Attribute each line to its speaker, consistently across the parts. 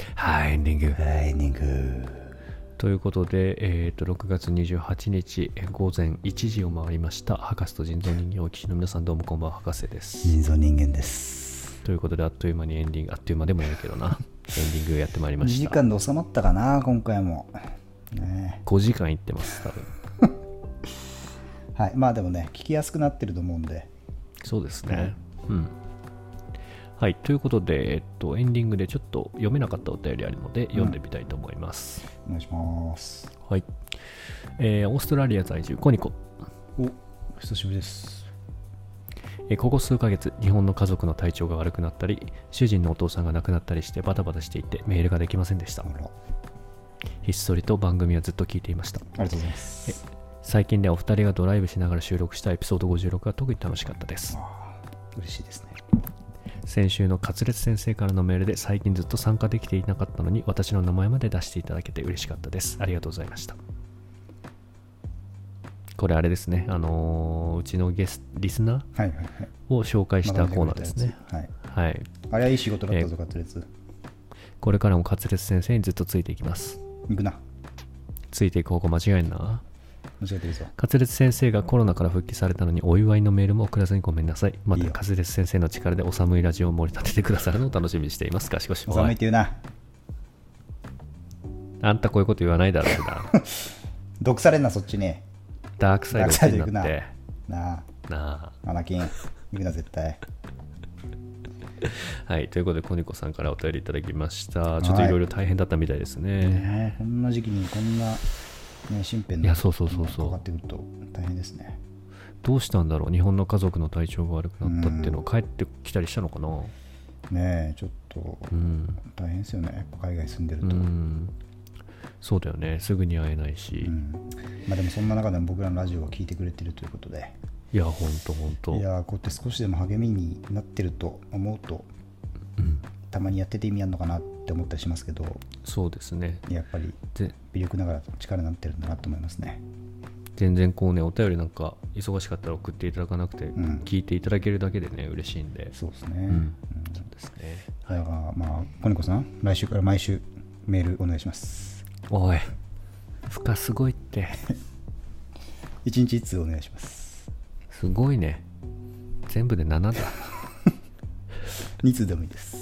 Speaker 1: ディング。
Speaker 2: エンディング。
Speaker 1: ということで、えー、と6月28日えー午前1時を回りました博士と人造人形をお聞きの皆さんどうもこんばんは博士です、
Speaker 2: 人造人間です。
Speaker 1: ということであっという間にエンディングあっという間でもない けどなエンディングやってまいりま
Speaker 2: 2
Speaker 1: し
Speaker 2: 時
Speaker 1: た
Speaker 2: 間で収まったかな、今回も。ね
Speaker 1: 5時間いってます多分
Speaker 2: えはい、まあでもね、聞きやすくなってると思うんで、
Speaker 1: そうですねうんはいということで、えっと、エンディングでちょっと読めなかったお便りあるので読んでみたいと思います、
Speaker 2: お願いします。
Speaker 1: はい、えーオーストラリア在住コニコ
Speaker 2: お久しぶりです。
Speaker 1: えーここ数ヶ月日本の家族の体調が悪くなったり主人のお父さんが亡くなったりしてバタバタしていてメールができませんでした
Speaker 2: あら、あ
Speaker 1: ひっそりと番組はずっと聞いていました
Speaker 2: りがとうございます。
Speaker 1: 最近ではお二人がドライブしながら収録したエピソード56が特に楽しかったです
Speaker 2: 嬉しいですね。
Speaker 1: 先週の滑裂先生からのメールで最近ずっと参加できていなかったのに私の名前まで出していただけて嬉しかったですありがとうございましたこれあれですねあのーうちのゲスリスナ
Speaker 2: はいはいはい。
Speaker 1: ーを紹介したコーナーですね
Speaker 2: まとめてくれたやつ。はい。
Speaker 1: はい
Speaker 2: あれはいい仕事だったぞ、カツレツ。
Speaker 1: これからも滑裂先生にずっとついていきます
Speaker 2: 行くな。
Speaker 1: ついていく方向間違えんな
Speaker 2: 間違えてるぞ。
Speaker 1: 滑裂先生がコロナから復帰されたのにお祝いのメールも送らずにごめんなさいまた
Speaker 2: いいよ
Speaker 1: 滑裂先生の力でお寒いラジオを盛り立ててくださるのを楽しみにしていますかしこし
Speaker 2: お
Speaker 1: も
Speaker 2: 寒いって言うな。
Speaker 1: あんたこういうこと言わないだろうな
Speaker 2: 毒されんな、そっちに。
Speaker 1: ダークサイ
Speaker 2: ダー
Speaker 1: ドを
Speaker 2: クサイド
Speaker 1: に
Speaker 2: 行く
Speaker 1: な
Speaker 2: な
Speaker 1: って
Speaker 2: な
Speaker 1: な
Speaker 2: あ、アナキン。行くな、絶対。
Speaker 1: あはいということでコニコさんからお便りいただきました
Speaker 2: い
Speaker 1: ちょっといろいろ大変だったみたいですね
Speaker 2: ねえこんな時期にこんな、ね、身辺の
Speaker 1: いやそうそうそうそう
Speaker 2: かかってくると大変ですね
Speaker 1: どうしたんだろう日本の家族の体調が悪くなったっていうのを帰ってきたりしたのかな
Speaker 2: ねえちょっと
Speaker 1: うん
Speaker 2: 大変ですよねやっぱ海外住んでる
Speaker 1: う
Speaker 2: と、
Speaker 1: んそうだよねすぐに会えないし、
Speaker 2: うんまあ、でもそんな中でも僕らのラジオを聞いてくれてるということで
Speaker 1: いやほんとほんと
Speaker 2: いやーこうやって少しでも励みになってると思うと、たまにやってて意味あるのかなって思ったりしますけど
Speaker 1: そうですね
Speaker 2: やっぱり
Speaker 1: で
Speaker 2: 微力ながら力になってるんだなと思いますね
Speaker 1: 全然こうねお便りなんか忙しかったら送っていただかなくて、聞いていただけるだけでね嬉しいんで
Speaker 2: そうですね、
Speaker 1: んそうですね
Speaker 2: だからまあコニコさん来週から毎週メールお願いします
Speaker 1: おい負荷すごいって
Speaker 2: 一日一通お願いします
Speaker 1: すごいね全部で7だ
Speaker 2: 2通でもいいです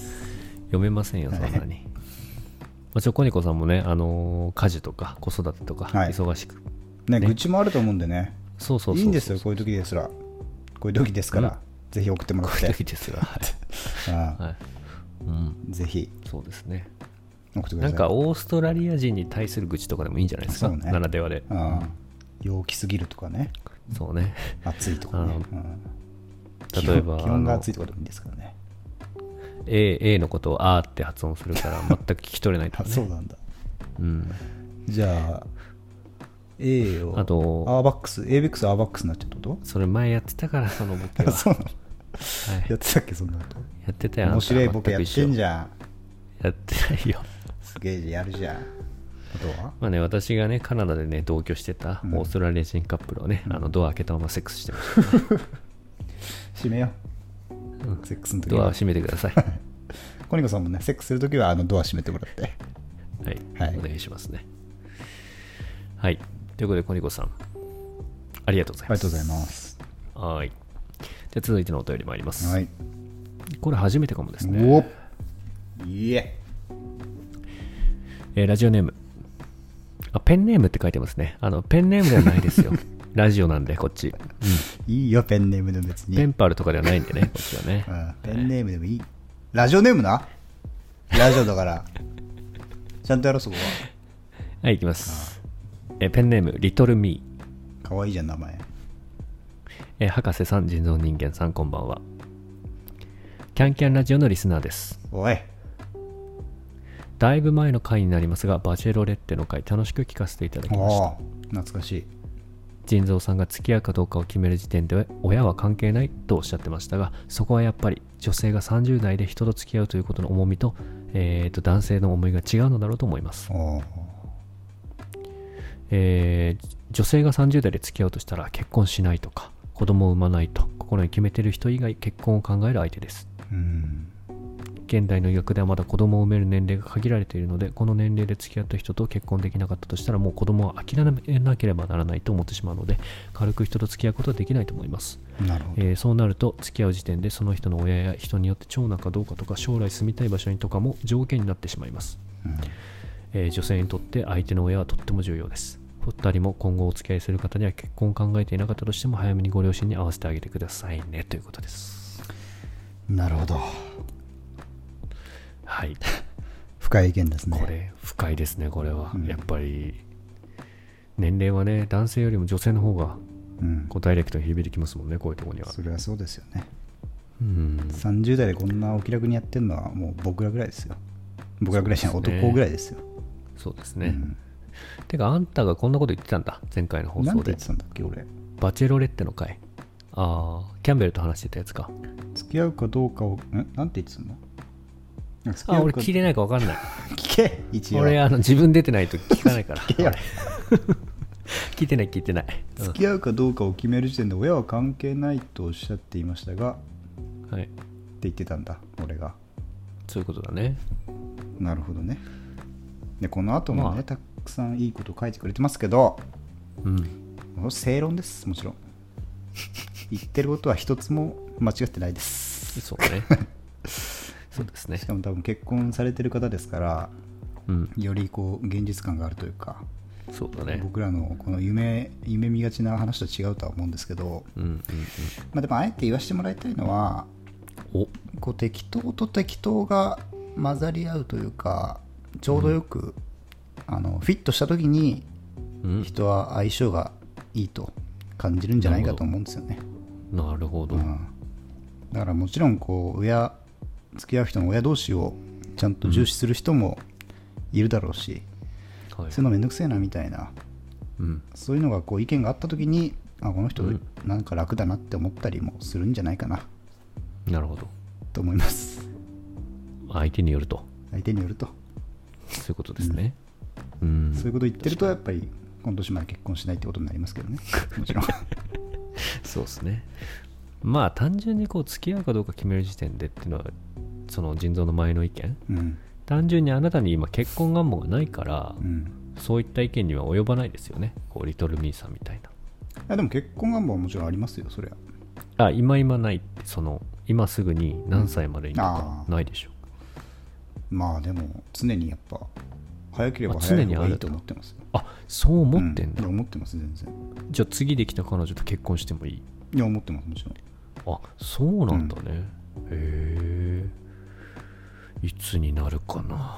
Speaker 1: 読めませんよそんなにまあちょこにこさんもね、あのー家事とか子育てとか
Speaker 2: はい
Speaker 1: 忙しく、
Speaker 2: ね愚痴もあると思うんでね
Speaker 1: そうそうそうそうい
Speaker 2: いいんですよこういう時ですらこういう時ですから、ぜひ送ってもらっ
Speaker 1: こういう
Speaker 2: て
Speaker 1: 時ですよは
Speaker 2: あ
Speaker 1: い、
Speaker 2: あ
Speaker 1: はいうん、
Speaker 2: ぜひ
Speaker 1: そうですね
Speaker 2: 送ってくださ
Speaker 1: ないんかオーストラリア人に対する愚痴とかでもいいんじゃないですか、
Speaker 2: そうね
Speaker 1: ならではで
Speaker 2: ああ陽気すぎるとかね
Speaker 1: そうね
Speaker 2: 暑いとかね、
Speaker 1: あ
Speaker 2: うん
Speaker 1: 例えば
Speaker 2: 気温気
Speaker 1: あ
Speaker 2: 温
Speaker 1: の
Speaker 2: が暑いとかでもいいんですからね
Speaker 1: A, A のことをあーって発音する から全く聞き取れないと
Speaker 2: あ
Speaker 1: か
Speaker 2: そ
Speaker 1: ね
Speaker 2: う。なんだ
Speaker 1: うん、
Speaker 2: じゃあ A を
Speaker 1: あと、
Speaker 2: アーバックス ABX アーバックスになっちゃったこ
Speaker 1: それ前やってたから、そのボ
Speaker 2: と
Speaker 1: ケ は。
Speaker 2: そうなの
Speaker 1: はい
Speaker 2: やってたっけそんなこと
Speaker 1: やってたよ。
Speaker 2: 面白いボケやってん
Speaker 1: ゃ
Speaker 2: じゃん
Speaker 1: ん。やってないよ。
Speaker 2: すげえやるじゃんあとは
Speaker 1: まあね、私がね、カナダでね、同居してた
Speaker 2: うん
Speaker 1: オーストラリア人カップルをね、あのドア開けたままセックスしてまし
Speaker 2: 閉めよ
Speaker 1: た。うん
Speaker 2: うセックスの時
Speaker 1: ドアを
Speaker 2: は
Speaker 1: 閉めてください。 は
Speaker 2: コニコさんもねセックスする時はあのドア閉めてもらって
Speaker 1: い、
Speaker 2: はい
Speaker 1: お願いしますね。はい。ということで、コニコさん、ありがとうござい
Speaker 2: ありが
Speaker 1: ま
Speaker 2: とう
Speaker 1: す。
Speaker 2: ございます。
Speaker 1: はい。じゃあ続いてのお便り参ります。
Speaker 2: はい。
Speaker 1: これ初めてかもですね。
Speaker 2: おおいえ。
Speaker 1: えーラジオネームあペンネームって書いてますねあのペンネームではないです よラジオなんでこっち、
Speaker 2: いいよ、ペンネームでも別に。
Speaker 1: ペ
Speaker 2: うん
Speaker 1: ンパルとかではないんでねこっ ちはね
Speaker 2: ペンネームでもいい。ラジオネームなラジオだから。ちゃんとやろう、そこは。
Speaker 1: はいいきます、えーペンネームリトルミ
Speaker 2: かわいいじゃん、名前。
Speaker 1: ー、えー博士さん人造人間さんこんばんはキャンキャンラジオのリスナーです
Speaker 2: おい。
Speaker 1: だいぶ前の回になりますがバチェロレッテの回楽しく聞かせていただきまし
Speaker 2: お
Speaker 1: た
Speaker 2: お懐かしい。
Speaker 1: 腎臓さんが付き合うかどうかを決める時点で親は関係ないとおっしゃってましたがそこはやっぱり女性が30代で人と付き合うということの重みと,、えーと男性の重みが違うのだろうと思います、
Speaker 2: おお
Speaker 1: えー女性が30代で付き合うとしたら結婚しないとか子供を産まないと心に決めてる人以外結婚を考える相手です
Speaker 2: うん。
Speaker 1: 現代の医学ではまだ子供を産める年齢が限られているのでこの年齢で付き合った人と結婚できなかったとしたらもう子供は諦めなければならないと思ってしまうので軽く人と付き合うことはできないと思います、
Speaker 2: なるほど、
Speaker 1: えーそうなると付き合う時点でその人の親や人によって長男かどうかとか将来住みたい場所にとかも条件になってしまいます
Speaker 2: うん
Speaker 1: えー女性にとって相手の親はとっても重要です。お二人も今後お付き合いする方には結婚を考えていなかったとしても早めにご両親に合わせてあげてくださいねということです。
Speaker 2: なるほど
Speaker 1: はい。
Speaker 2: 深い意見ですね
Speaker 1: これ、深いですね、これは。
Speaker 2: うん
Speaker 1: やっぱり、年齢はね、男性よりも女性の方が
Speaker 2: うん
Speaker 1: こうダイレクトに響いてきますもんね、こういうところには。
Speaker 2: それはそうですよね
Speaker 1: うん。
Speaker 2: 30代でこんなお気楽にやってるのはもう僕らぐらいですよ僕らぐらいじゃない
Speaker 1: そうですね
Speaker 2: 男ぐらいですよ、
Speaker 1: そうですね。
Speaker 2: うん
Speaker 1: てか、あんたがこんなこと言ってたんだ、前回の放
Speaker 2: なん
Speaker 1: 送
Speaker 2: て言
Speaker 1: で
Speaker 2: っ。てたんだっけ俺
Speaker 1: バチェロレッテの回。ああ、キャンベルと話してたやつか。
Speaker 2: 付き合うかどうかをんなんて言ってたのあ付
Speaker 1: あ、俺
Speaker 2: か
Speaker 1: 聞いてないか分かんない。
Speaker 2: 聞け一応
Speaker 1: 俺あの自分出てないと聞かないから
Speaker 2: 聞けよ
Speaker 1: 聞いてない聞いてない、うん
Speaker 2: 付き合うかどうかを決める時点で親は関係ないとおっしゃっていましたがって
Speaker 1: はい
Speaker 2: 言ってたんだ俺が
Speaker 1: そういうことだね
Speaker 2: なるほどねでこの後もね、
Speaker 1: まあ
Speaker 2: たくさんいいこと書いてくれてますけど
Speaker 1: うん
Speaker 2: もう正論ですもちろん言ってることは一つも間違ってないです
Speaker 1: そうね そうですね
Speaker 2: しかも多分結婚されてる方ですから
Speaker 1: うん
Speaker 2: よりこう現実感があるというか
Speaker 1: そうだね
Speaker 2: 僕らのこの夢夢見がちな話とは違うとは思うんですけど、
Speaker 1: うんうん
Speaker 2: まあ、でもあえて言わせてもらいたいのは
Speaker 1: うんお
Speaker 2: こう適当と適当が混ざり合うというかちょうどよく、あのフィットした時に
Speaker 1: うん
Speaker 2: 人は相性がいいと感じるんじゃないかと思うんですよね、
Speaker 1: なるほど、
Speaker 2: うん、だからもちろんこう親付き合う人の親同士をちゃんと重視する人もいるだろうし、
Speaker 1: はい
Speaker 2: そういうのめんどくせえなみたいな
Speaker 1: うん
Speaker 2: そういうのがこう意見があった時にあこの人なんか楽だなって思ったりもするんじゃないかな
Speaker 1: なるほど
Speaker 2: と思います
Speaker 1: 相手によると
Speaker 2: 相手によると
Speaker 1: そういうことですねうん、
Speaker 2: そういうこと言ってるとやっぱり今年まで結婚しないってことになりますけどね もちろん
Speaker 1: そうですねまあ単純にこう付き合うかどうか決める時点でっていうのはその腎臓の前の意見
Speaker 2: うん
Speaker 1: 単純にあなたに今結婚願望がないから
Speaker 2: うん
Speaker 1: そういった意見には及ばないですよねこうリトルミーさんみたいない
Speaker 2: やでも結婚願望はもちろんありますよそりゃ
Speaker 1: あ今今ないってその今すぐに何歳までにと
Speaker 2: あ
Speaker 1: か
Speaker 2: ー
Speaker 1: ないでしょ、
Speaker 2: まあでも常にやっぱ早ければ
Speaker 1: あ
Speaker 2: 早い
Speaker 1: 常
Speaker 2: 方
Speaker 1: にあ
Speaker 2: がい
Speaker 1: る
Speaker 2: い
Speaker 1: と
Speaker 2: と思ってますよ
Speaker 1: あそう思ってんだ、
Speaker 2: ういや思ってます全然
Speaker 1: じゃあ次できた彼女と結婚してもいい
Speaker 2: いや思ってますもちろん
Speaker 1: あそうなんだね、へえいつになるかな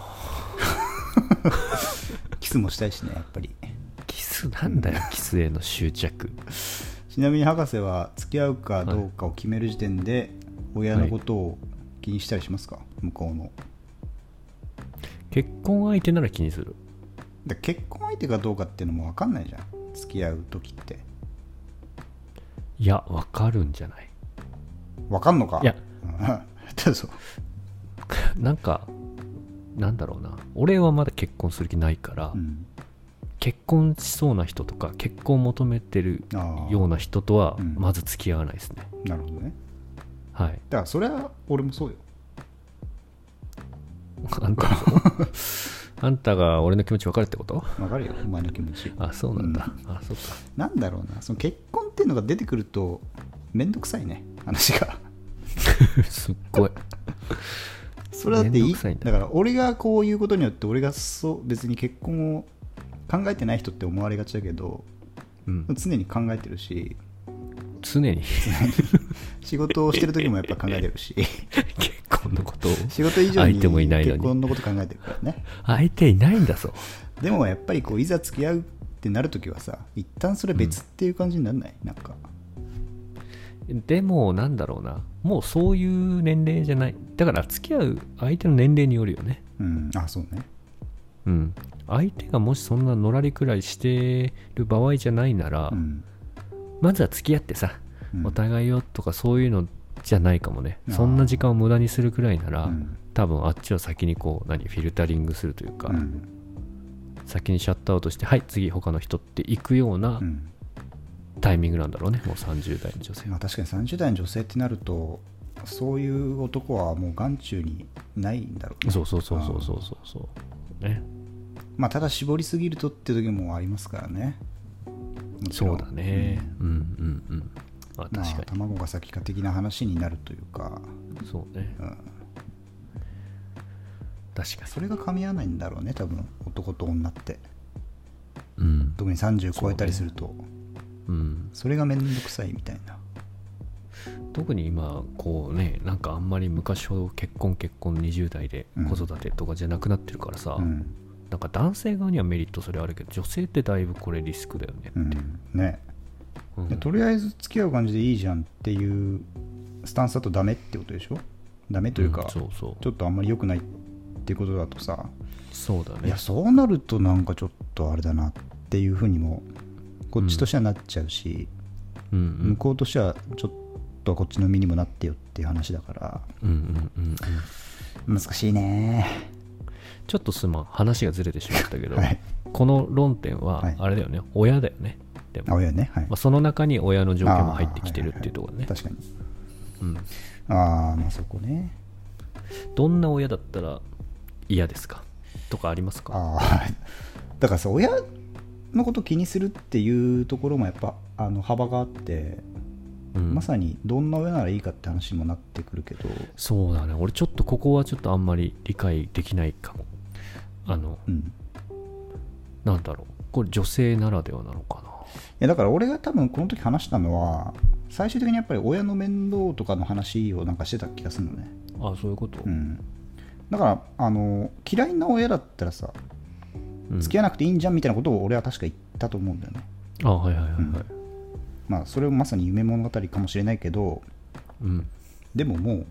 Speaker 2: キスもしたいしねやっぱり
Speaker 1: キスなんだよキスへの執着
Speaker 2: ちなみに博士は付き合うかどうかを決める時点で親のことを気にしたりしますか、向こうの
Speaker 1: 結婚相手なら気にする
Speaker 2: で結婚相手かどうかっていうのも分かんないじゃん付き合う時って
Speaker 1: いやわかるんじゃない
Speaker 2: 分かんのか
Speaker 1: いや
Speaker 2: うん どうぞ
Speaker 1: なんかなんだろうな俺はまだ結婚する気ないから、
Speaker 2: うん
Speaker 1: 結婚しそうな人とか結婚を求めてる
Speaker 2: あー
Speaker 1: ような人とは
Speaker 2: うん
Speaker 1: まず付き合わないですね、
Speaker 2: なるほどね
Speaker 1: はい
Speaker 2: だからそれは俺もそうよ
Speaker 1: あんたでしょ あんたが俺の気持ち分かるってこと
Speaker 2: 分かるよお前の気持ち
Speaker 1: あそうなんだ、あそうか
Speaker 2: なんだろうなその結婚っていうのが出てくるとめんどくさいね話が
Speaker 1: すっごい
Speaker 2: それだってい
Speaker 1: めん
Speaker 2: い
Speaker 1: どくさいんだ
Speaker 2: だから俺がこういうことによって俺がそう別に結婚を考えてない人って思われがちだけど
Speaker 1: うん
Speaker 2: 常に考えてるし
Speaker 1: 常に
Speaker 2: 仕事をしてる時もやっぱ考えてるし
Speaker 1: 結婚 のことを
Speaker 2: 仕事以上に
Speaker 1: 相手もいないのに
Speaker 2: 結婚のこと考えてるからね
Speaker 1: 相手いないんだぞ
Speaker 2: でもやっぱりこういざ付き合うってなるときはさ一旦それ別っていう感じにならない、なんか
Speaker 1: でもなんだろうなもうそういう年齢じゃないだから付き合う相手の年齢によるよね
Speaker 2: うんあそうね
Speaker 1: うん相手がもしそんなのらりくらいしてる場合じゃないなら、
Speaker 2: うん
Speaker 1: まずは付き合ってさ
Speaker 2: うん
Speaker 1: お互いよとかそういうのじゃないかもね、
Speaker 2: あー
Speaker 1: そんな時間を無駄にするくらいなら、
Speaker 2: うん
Speaker 1: 多分あっちは先にこう何フィルタリングするというか、
Speaker 2: うん
Speaker 1: 先にシャットアウトしてはい次他の人って行くような
Speaker 2: うん
Speaker 1: タイミングなんだろうね、もう30代の女性
Speaker 2: ま
Speaker 1: は
Speaker 2: あ、確かに30代の女性ってなるとそういう男はもう眼中にないんだろうね
Speaker 1: そうそうそうそうそうそうそうね
Speaker 2: まあただ絞りすぎるとっていう時もありますからねもちろ
Speaker 1: そ
Speaker 2: ん
Speaker 1: うだねうんうんうんまあ
Speaker 2: ま
Speaker 1: 確
Speaker 2: あ
Speaker 1: かに、
Speaker 2: 卵が先か的な話になるというか、
Speaker 1: そうね
Speaker 2: うん、
Speaker 1: 確か
Speaker 2: それが噛み合わないんだろうね多分男と女って
Speaker 1: にうん
Speaker 2: 特に30超えたりするとそ,、
Speaker 1: うん
Speaker 2: れが面倒くさいみたいな
Speaker 1: 特に今こうねなんかあんまり昔ほど結婚結婚20代で
Speaker 2: うん
Speaker 1: 子育てとかじゃなくなってるからさ、
Speaker 2: うん、
Speaker 1: なんか男性側にはメリットそれあるけど女性ってだいぶこれリスクだよね、
Speaker 2: うん、ね
Speaker 1: うん
Speaker 2: でとりあえず付き合う感じでいいじゃんっていうスタンスだとダメってことでしょダメというか、
Speaker 1: んそうそう
Speaker 2: ちょっとあんまり良くないっていうことだとさ
Speaker 1: そうだ
Speaker 2: い
Speaker 1: ね
Speaker 2: やそうなるとなんかちょっとあれだなっていうふうにもこっちとしてはなっちゃうし、
Speaker 1: うん
Speaker 2: 向こうとしてはちょっとこっちの身にもなってよっていう話だから
Speaker 1: うんうんうんうんうん
Speaker 2: 難しいね
Speaker 1: ちょっとすまん話がずれてしまったけど、
Speaker 2: はい
Speaker 1: この論点は
Speaker 2: はい
Speaker 1: あれだよね、親だよねで
Speaker 2: あ
Speaker 1: も、
Speaker 2: 親ねはい
Speaker 1: まあ、その中に親の条件も入ってきてるっていうところね、
Speaker 2: 確かに
Speaker 1: うん、
Speaker 2: ああまあそこね
Speaker 1: どんな親だったら嫌ですかとかありますか
Speaker 2: ああ だからさ親のこと気にするっていうところもやっぱあの幅があって、
Speaker 1: うん
Speaker 2: まさにどんな親ならいいかって話にもなってくるけど、
Speaker 1: そうだね俺ちょっとここはちょっとあんまり理解できないかもあの
Speaker 2: うん、
Speaker 1: なんだろうこれ女性ならではなのか
Speaker 2: いやだから俺が多分この時話したのは最終的にやっぱり親の面倒とかの話をなんかしてた気がするのね、
Speaker 1: なあそういうこと、
Speaker 2: うん、だからあの嫌いな親だったらさ
Speaker 1: うん
Speaker 2: 付き合わなくていいんじゃんみたいなことを俺は確か言ったと思うんだよね、
Speaker 1: あはいはいはいはい
Speaker 2: まあそれもまさに夢物語かもしれないけど
Speaker 1: うん
Speaker 2: でももう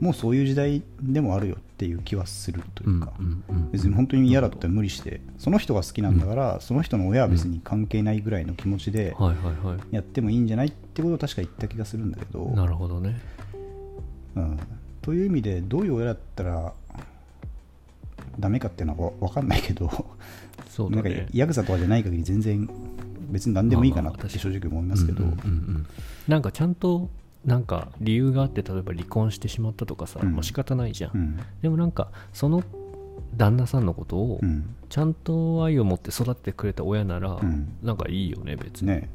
Speaker 2: もうそういう時代でもあるよっていう気はすると
Speaker 1: う
Speaker 2: いうんか、
Speaker 1: うんうん
Speaker 2: 別に本当に嫌だったら無理してその人が好きなんだから、その人の親は別に関係ないぐらいの気持ちで
Speaker 1: はいはいは
Speaker 2: やってもいいんじゃないってことを確か言った気がするんだけど、
Speaker 1: いなるほどね
Speaker 2: うん、という意味でどういう親だったらダメかっていうのは分かんないけど、
Speaker 1: そう
Speaker 2: な
Speaker 1: だ
Speaker 2: んか
Speaker 1: ね
Speaker 2: ヤクザとかじゃない限り全然別に何でもいいかなっ
Speaker 1: まあまあ
Speaker 2: て正直思いますけど、
Speaker 1: うんうんうんうんなんかちゃんとなんか理由があって例えば離婚してしまったとかさ、
Speaker 2: うん
Speaker 1: もう仕方ないじゃん、
Speaker 2: うん
Speaker 1: でもなんかその旦那さんのことを
Speaker 2: うん
Speaker 1: ちゃんと愛を持って育ってくれた親なら、
Speaker 2: うん
Speaker 1: なんかいいよね別に、
Speaker 2: ね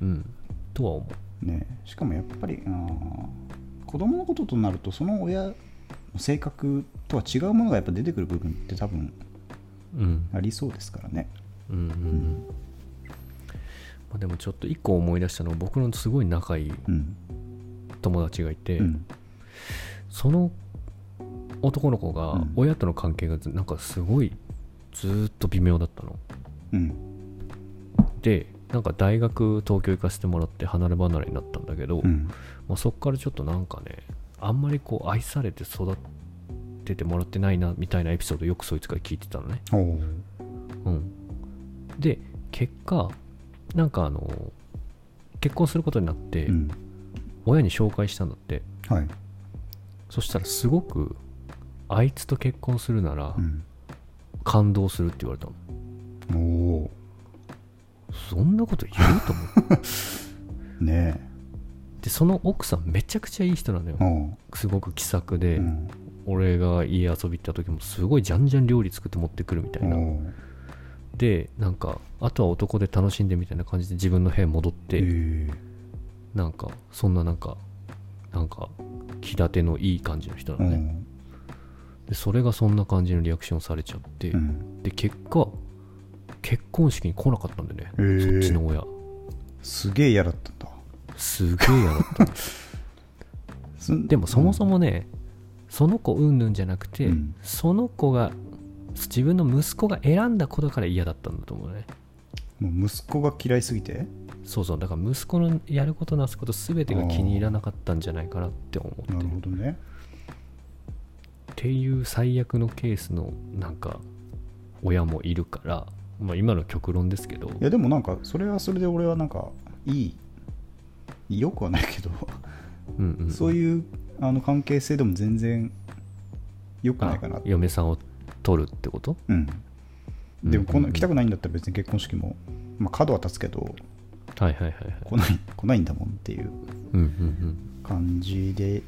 Speaker 1: うん、とは思う
Speaker 2: ねしかもやっぱりあー子供のこととなるとその親の性格とは違うものがやっぱ出てくる部分って多分
Speaker 1: うん
Speaker 2: ありそうですからね。
Speaker 1: うんうんうんまあ、でもちょっと一個思い出したのは僕のすごい仲いい
Speaker 2: うん
Speaker 1: 友達がいて、
Speaker 2: うん
Speaker 1: その男の子
Speaker 2: う
Speaker 1: が
Speaker 2: ん
Speaker 1: 親との関係がずなんかすごいずーっと微妙だったの
Speaker 2: うん
Speaker 1: でなんか大学東京行かせてもらって離れ離れになったんだけど、
Speaker 2: うん
Speaker 1: まあ、そこからちょっとなんかねあんまりこう愛されて育ててもらってないなみたいなエピソードよくそいつから聞いてたのね
Speaker 2: おう
Speaker 1: うん、で結果なんかあの結婚することになって、
Speaker 2: うん
Speaker 1: 親に紹介したんだって
Speaker 2: はい
Speaker 1: そしたらすごくあいつと結婚するなら
Speaker 2: うん
Speaker 1: 感動するって言われたの、
Speaker 2: おお
Speaker 1: そんなこと言うと 思っ
Speaker 2: うね
Speaker 1: てその奥さんめちゃくちゃいい人なのよ
Speaker 2: えおう
Speaker 1: すごく気さくで、
Speaker 2: うん
Speaker 1: 俺が家遊び行った時もすごいじゃんじゃん料理作って持ってくるみたいな、
Speaker 2: おう
Speaker 1: でなんかあとは男で楽しんでみたいな感じで自分の部屋に戻って、
Speaker 2: ええ
Speaker 1: なんかそんななんかなんか気立てのいい感じの人なのね、でそれがそんな感じのリアクションされちゃって、
Speaker 2: うんうん
Speaker 1: で結果結婚式に来なかったんだよね、
Speaker 2: へえ
Speaker 1: そっちの親
Speaker 2: すげえ嫌だったんだ
Speaker 1: すげえ嫌だった
Speaker 2: す
Speaker 1: でもそもそもね、その子うんぬんじゃなくて、
Speaker 2: うん
Speaker 1: その子が自分の息子が選んだ子だから嫌だったんだと思うね
Speaker 2: もう息子が嫌いすぎて
Speaker 1: そうそうだから息子のやることなすこと全てが気に入らなかったんじゃないかなって思って
Speaker 2: なる
Speaker 1: る
Speaker 2: ほどね
Speaker 1: っていう最悪のケースのなんか親もいるから、まあ、今の極論ですけど
Speaker 2: いやでもなんかそれはそれで俺はなんかいいよくはないけど、
Speaker 1: うんうん
Speaker 2: そういうあの関係性でも全然よくないかな
Speaker 1: あ嫁さんを取るってこと
Speaker 2: うんでもこ
Speaker 1: うんんうんうん
Speaker 2: 来たくないんだったら別に結婚式も、まあ、角は立つけど
Speaker 1: はいはいはいはい
Speaker 2: 来ない来ないんだもんっていう
Speaker 1: うんうん
Speaker 2: 感じで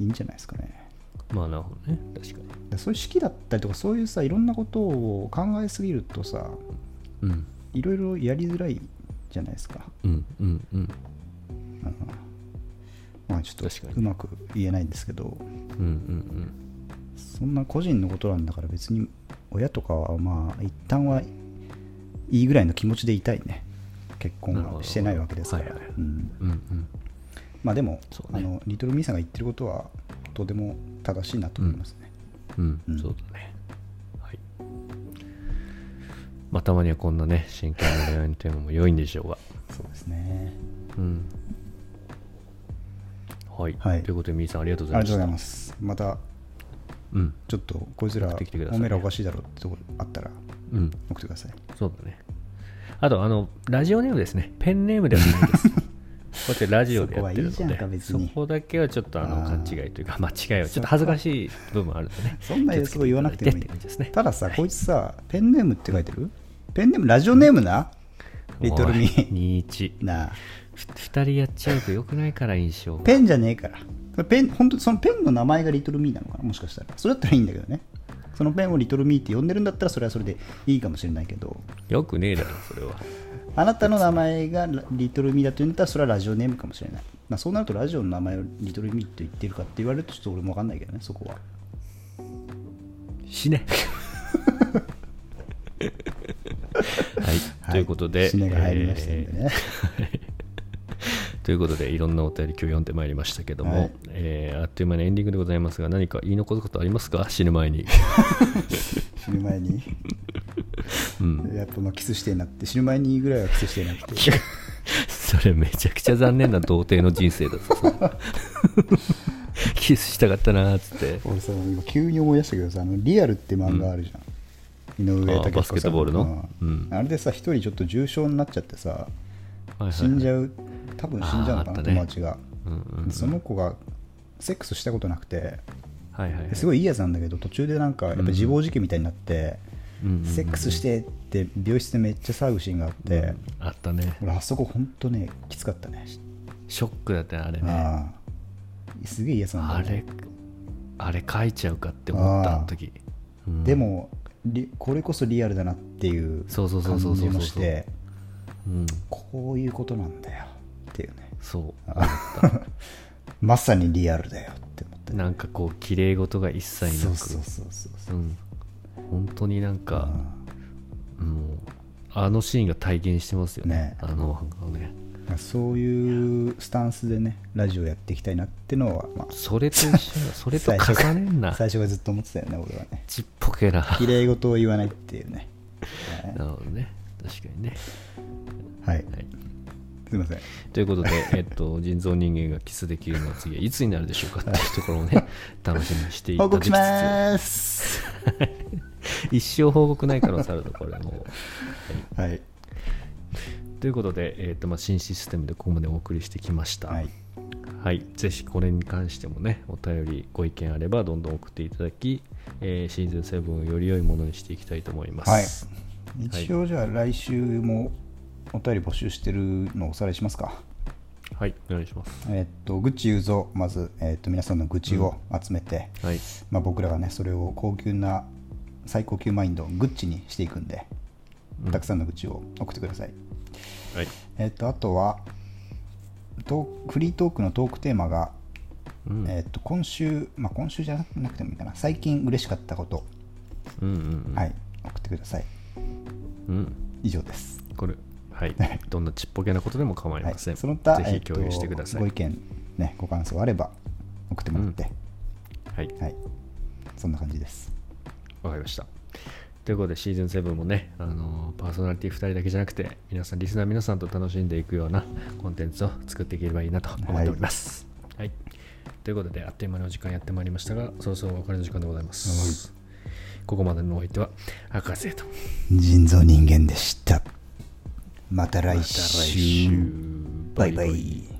Speaker 2: いいんじゃないですかね
Speaker 1: まあなるほどね確かに
Speaker 2: でそういう式だったりとかそういうさいろんなことを考えすぎるとさ
Speaker 1: うん
Speaker 2: いろいろやりづらいじゃないですか、
Speaker 1: うんうんうん
Speaker 2: うんまあちょっ
Speaker 1: 確か
Speaker 2: と
Speaker 1: に
Speaker 2: うまく言えないんですけど
Speaker 1: うんうん
Speaker 2: そんな個人のことなんだから別に親とかはまあ一旦はいいぐらいの気持ちでいたいね結婚
Speaker 1: なるほ
Speaker 2: は
Speaker 1: ど
Speaker 2: してないわけですから、
Speaker 1: はいはい
Speaker 2: うん
Speaker 1: うんうんうん
Speaker 2: まあでも、
Speaker 1: そう
Speaker 2: あ
Speaker 1: ね
Speaker 2: のリトルミーさんが言ってることはとても正しいなと思いますね、
Speaker 1: うん、
Speaker 2: うん
Speaker 1: そうだね。はい。まあ、たまにはこんなね、真剣な恋愛のテーマも良いんでしょうが。
Speaker 2: そうですね
Speaker 1: うん。はい。
Speaker 2: はい
Speaker 1: ということで、みーさん、ありがとうご
Speaker 2: あ
Speaker 1: ざ
Speaker 2: りがとうござ
Speaker 1: いました。
Speaker 2: いますまた
Speaker 1: うん。
Speaker 2: ちょっとこいつら
Speaker 1: 送ってきてくださ
Speaker 2: お
Speaker 1: い
Speaker 2: めえらおかしいだろってとこあったら
Speaker 1: うん。
Speaker 2: 送ってください
Speaker 1: そうだね。あと、あの、ラジオネームですね。ペンネームではな いです。こうやってラジオでやってるの
Speaker 2: そこはいいじゃんか
Speaker 1: で、
Speaker 2: 別
Speaker 1: そ
Speaker 2: に
Speaker 1: こだけはちょっとあ
Speaker 2: あ
Speaker 1: の勘
Speaker 2: ー
Speaker 1: 違いというか、間違いはちょっと恥ずかしい部分もあるんでね。
Speaker 2: そんな
Speaker 1: 気を
Speaker 2: に
Speaker 1: つけ
Speaker 2: すごい言わなくてもい
Speaker 1: ただいって感
Speaker 2: い
Speaker 1: じですね。
Speaker 2: たださこいつさペンネームって書いてるペンネームラジオネームなリトルミー
Speaker 1: 21。
Speaker 2: なあ
Speaker 1: ふ二人やっちゃうと良くないから印象が。
Speaker 2: ペンじゃねえからペン本当そのペンの名前がリトルミーなのかなもしかしたらそれだったらいいんだけどねそのペンをリトルミーって呼んでるんだったらそれはそれでいいかもしれないけど
Speaker 1: よくねえだろ、それは。
Speaker 2: あなたの名前がラリトルミーだと言うんだったらそれはラジオネームかもしれない、まあ、そうなるとラジオの名前をリトルミーと言ってるかって言われるとちょっと俺も分かんないけどねそこは
Speaker 1: 死 ね。はい、ということで、
Speaker 2: 死ねが入りましたんでね、
Speaker 1: えーということで、いろんなお便り今日読んでまいりましたけども、
Speaker 2: はい
Speaker 1: えーあっという間にエンディングでございますが、何か言い残すことありますか死ぬ 前に。
Speaker 2: 死ぬ前に
Speaker 1: うん。
Speaker 2: やっぱまあキスしてえなって死ぬ前にぐらいはキスしてえなってい
Speaker 1: それめちゃくちゃ残念な童貞の人生だぞ。それキスしたかったなーっつって。
Speaker 2: 俺さ今急に思い出したけどさあのリアルって漫画あるじゃん、井上武彦さ
Speaker 1: あ
Speaker 2: ん
Speaker 1: バスケットボールの
Speaker 2: うん
Speaker 1: うん
Speaker 2: あれでさ一人ちょっと重症になっちゃってさ
Speaker 1: はいはい
Speaker 2: 死んじゃう多分死んじゃうのか
Speaker 1: あー
Speaker 2: な、
Speaker 1: あったね
Speaker 2: 友達が、
Speaker 1: うんうん
Speaker 2: でその子がセックスしたことなくて
Speaker 1: はいはいはい
Speaker 2: ですごいいいやつなんだけど途中でなんかやっぱ自暴自棄みたいになって、
Speaker 1: うんうんうん
Speaker 2: セックスしてって病室でめっちゃ騒ぐシーンがあって、
Speaker 1: あったね。
Speaker 2: 俺あそこ本当ねきつかったね
Speaker 1: ショックだったね、あれね。
Speaker 2: ああすげえいいやつなんだ
Speaker 1: あ
Speaker 2: けど
Speaker 1: れあれ書いちゃうかって思ったあの時、うん
Speaker 2: でもリこれこそリアルだなっていう
Speaker 1: そう
Speaker 2: 感
Speaker 1: そうそうそうそうそう
Speaker 2: じもして
Speaker 1: うん
Speaker 2: こういうことなんだよっていうね
Speaker 1: そ
Speaker 2: まさにリアルだよって思って
Speaker 1: うなんかこう綺麗事が一切な
Speaker 2: そう
Speaker 1: く
Speaker 2: そうそうそうそう
Speaker 1: うん本当になんか
Speaker 2: う
Speaker 1: もうあのシーンが体現してますよね
Speaker 2: ね
Speaker 1: あの漫画をね
Speaker 2: んまあそういうスタンスでねラジオやっていきたいなってのは、まあ、
Speaker 1: それと 一緒だそれと
Speaker 2: 最初か
Speaker 1: 重ねんな
Speaker 2: 最初は ずっと思ってたよね俺はね
Speaker 1: ちっぽけな
Speaker 2: 綺麗事を言わないっていうねはい
Speaker 1: なるほどね確かにね
Speaker 2: はい
Speaker 1: はい
Speaker 2: すいません
Speaker 1: というこ とで、えっと、人造人間がキスできるのは次はいつになるでしょうかっていうところ をね、楽しみにしていた
Speaker 2: 報
Speaker 1: だ
Speaker 2: 告し
Speaker 1: きつつ
Speaker 2: ま、ーす
Speaker 1: 一生報告ない可能性あるぞ、これもう。
Speaker 2: はい
Speaker 1: ということで、えーとまあ、新システムでここまでお送りしてきました、
Speaker 2: はい
Speaker 1: はいぜひこれに関してもねお便りご意見あればどんどん送っていただき、えーシーズン7をより良いものにしていきたいと思いま
Speaker 2: はい
Speaker 1: す、
Speaker 2: 一応じゃあ来週もお便り募集してるのをおさらいしますか
Speaker 1: はい、お願いします
Speaker 2: えっと愚痴言うぞまず、えっと皆さんの愚痴を集めて、
Speaker 1: はい
Speaker 2: まあ、僕らがねそれを高級な最高級マインドをグッチにしていくんでたくさんの愚痴を送ってください、
Speaker 1: はい
Speaker 2: えっとあとはトークフリートークのトークテーマが、
Speaker 1: うん
Speaker 2: えっと今週、まあ、今週じゃなくてもいいかな最近嬉しかったこと、
Speaker 1: うんうん
Speaker 2: はい送ってください
Speaker 1: うんうん
Speaker 2: 以上です
Speaker 1: これはいどんなちっぽけなことでも構いません、
Speaker 2: はい、その他
Speaker 1: ぜひ共有してください、
Speaker 2: えっとご意見、ね、ご感想あれば送ってもらって、
Speaker 1: はい
Speaker 2: はい、そんな感じです。
Speaker 1: わかりました。ということで、シーズン7もね、あのーパーソナリティ2人だけじゃなくて、皆さん、リスナー皆さんと楽しんでいくようなコンテンツを作っていければいいなと思っております。はい。ということで、あっという間にお時間やってまいりましたが、そろそろお別れの時間でございます。ここまでのお相手は、博士と。
Speaker 2: 人造人間でした。また来週。
Speaker 1: また来週
Speaker 2: バイバイ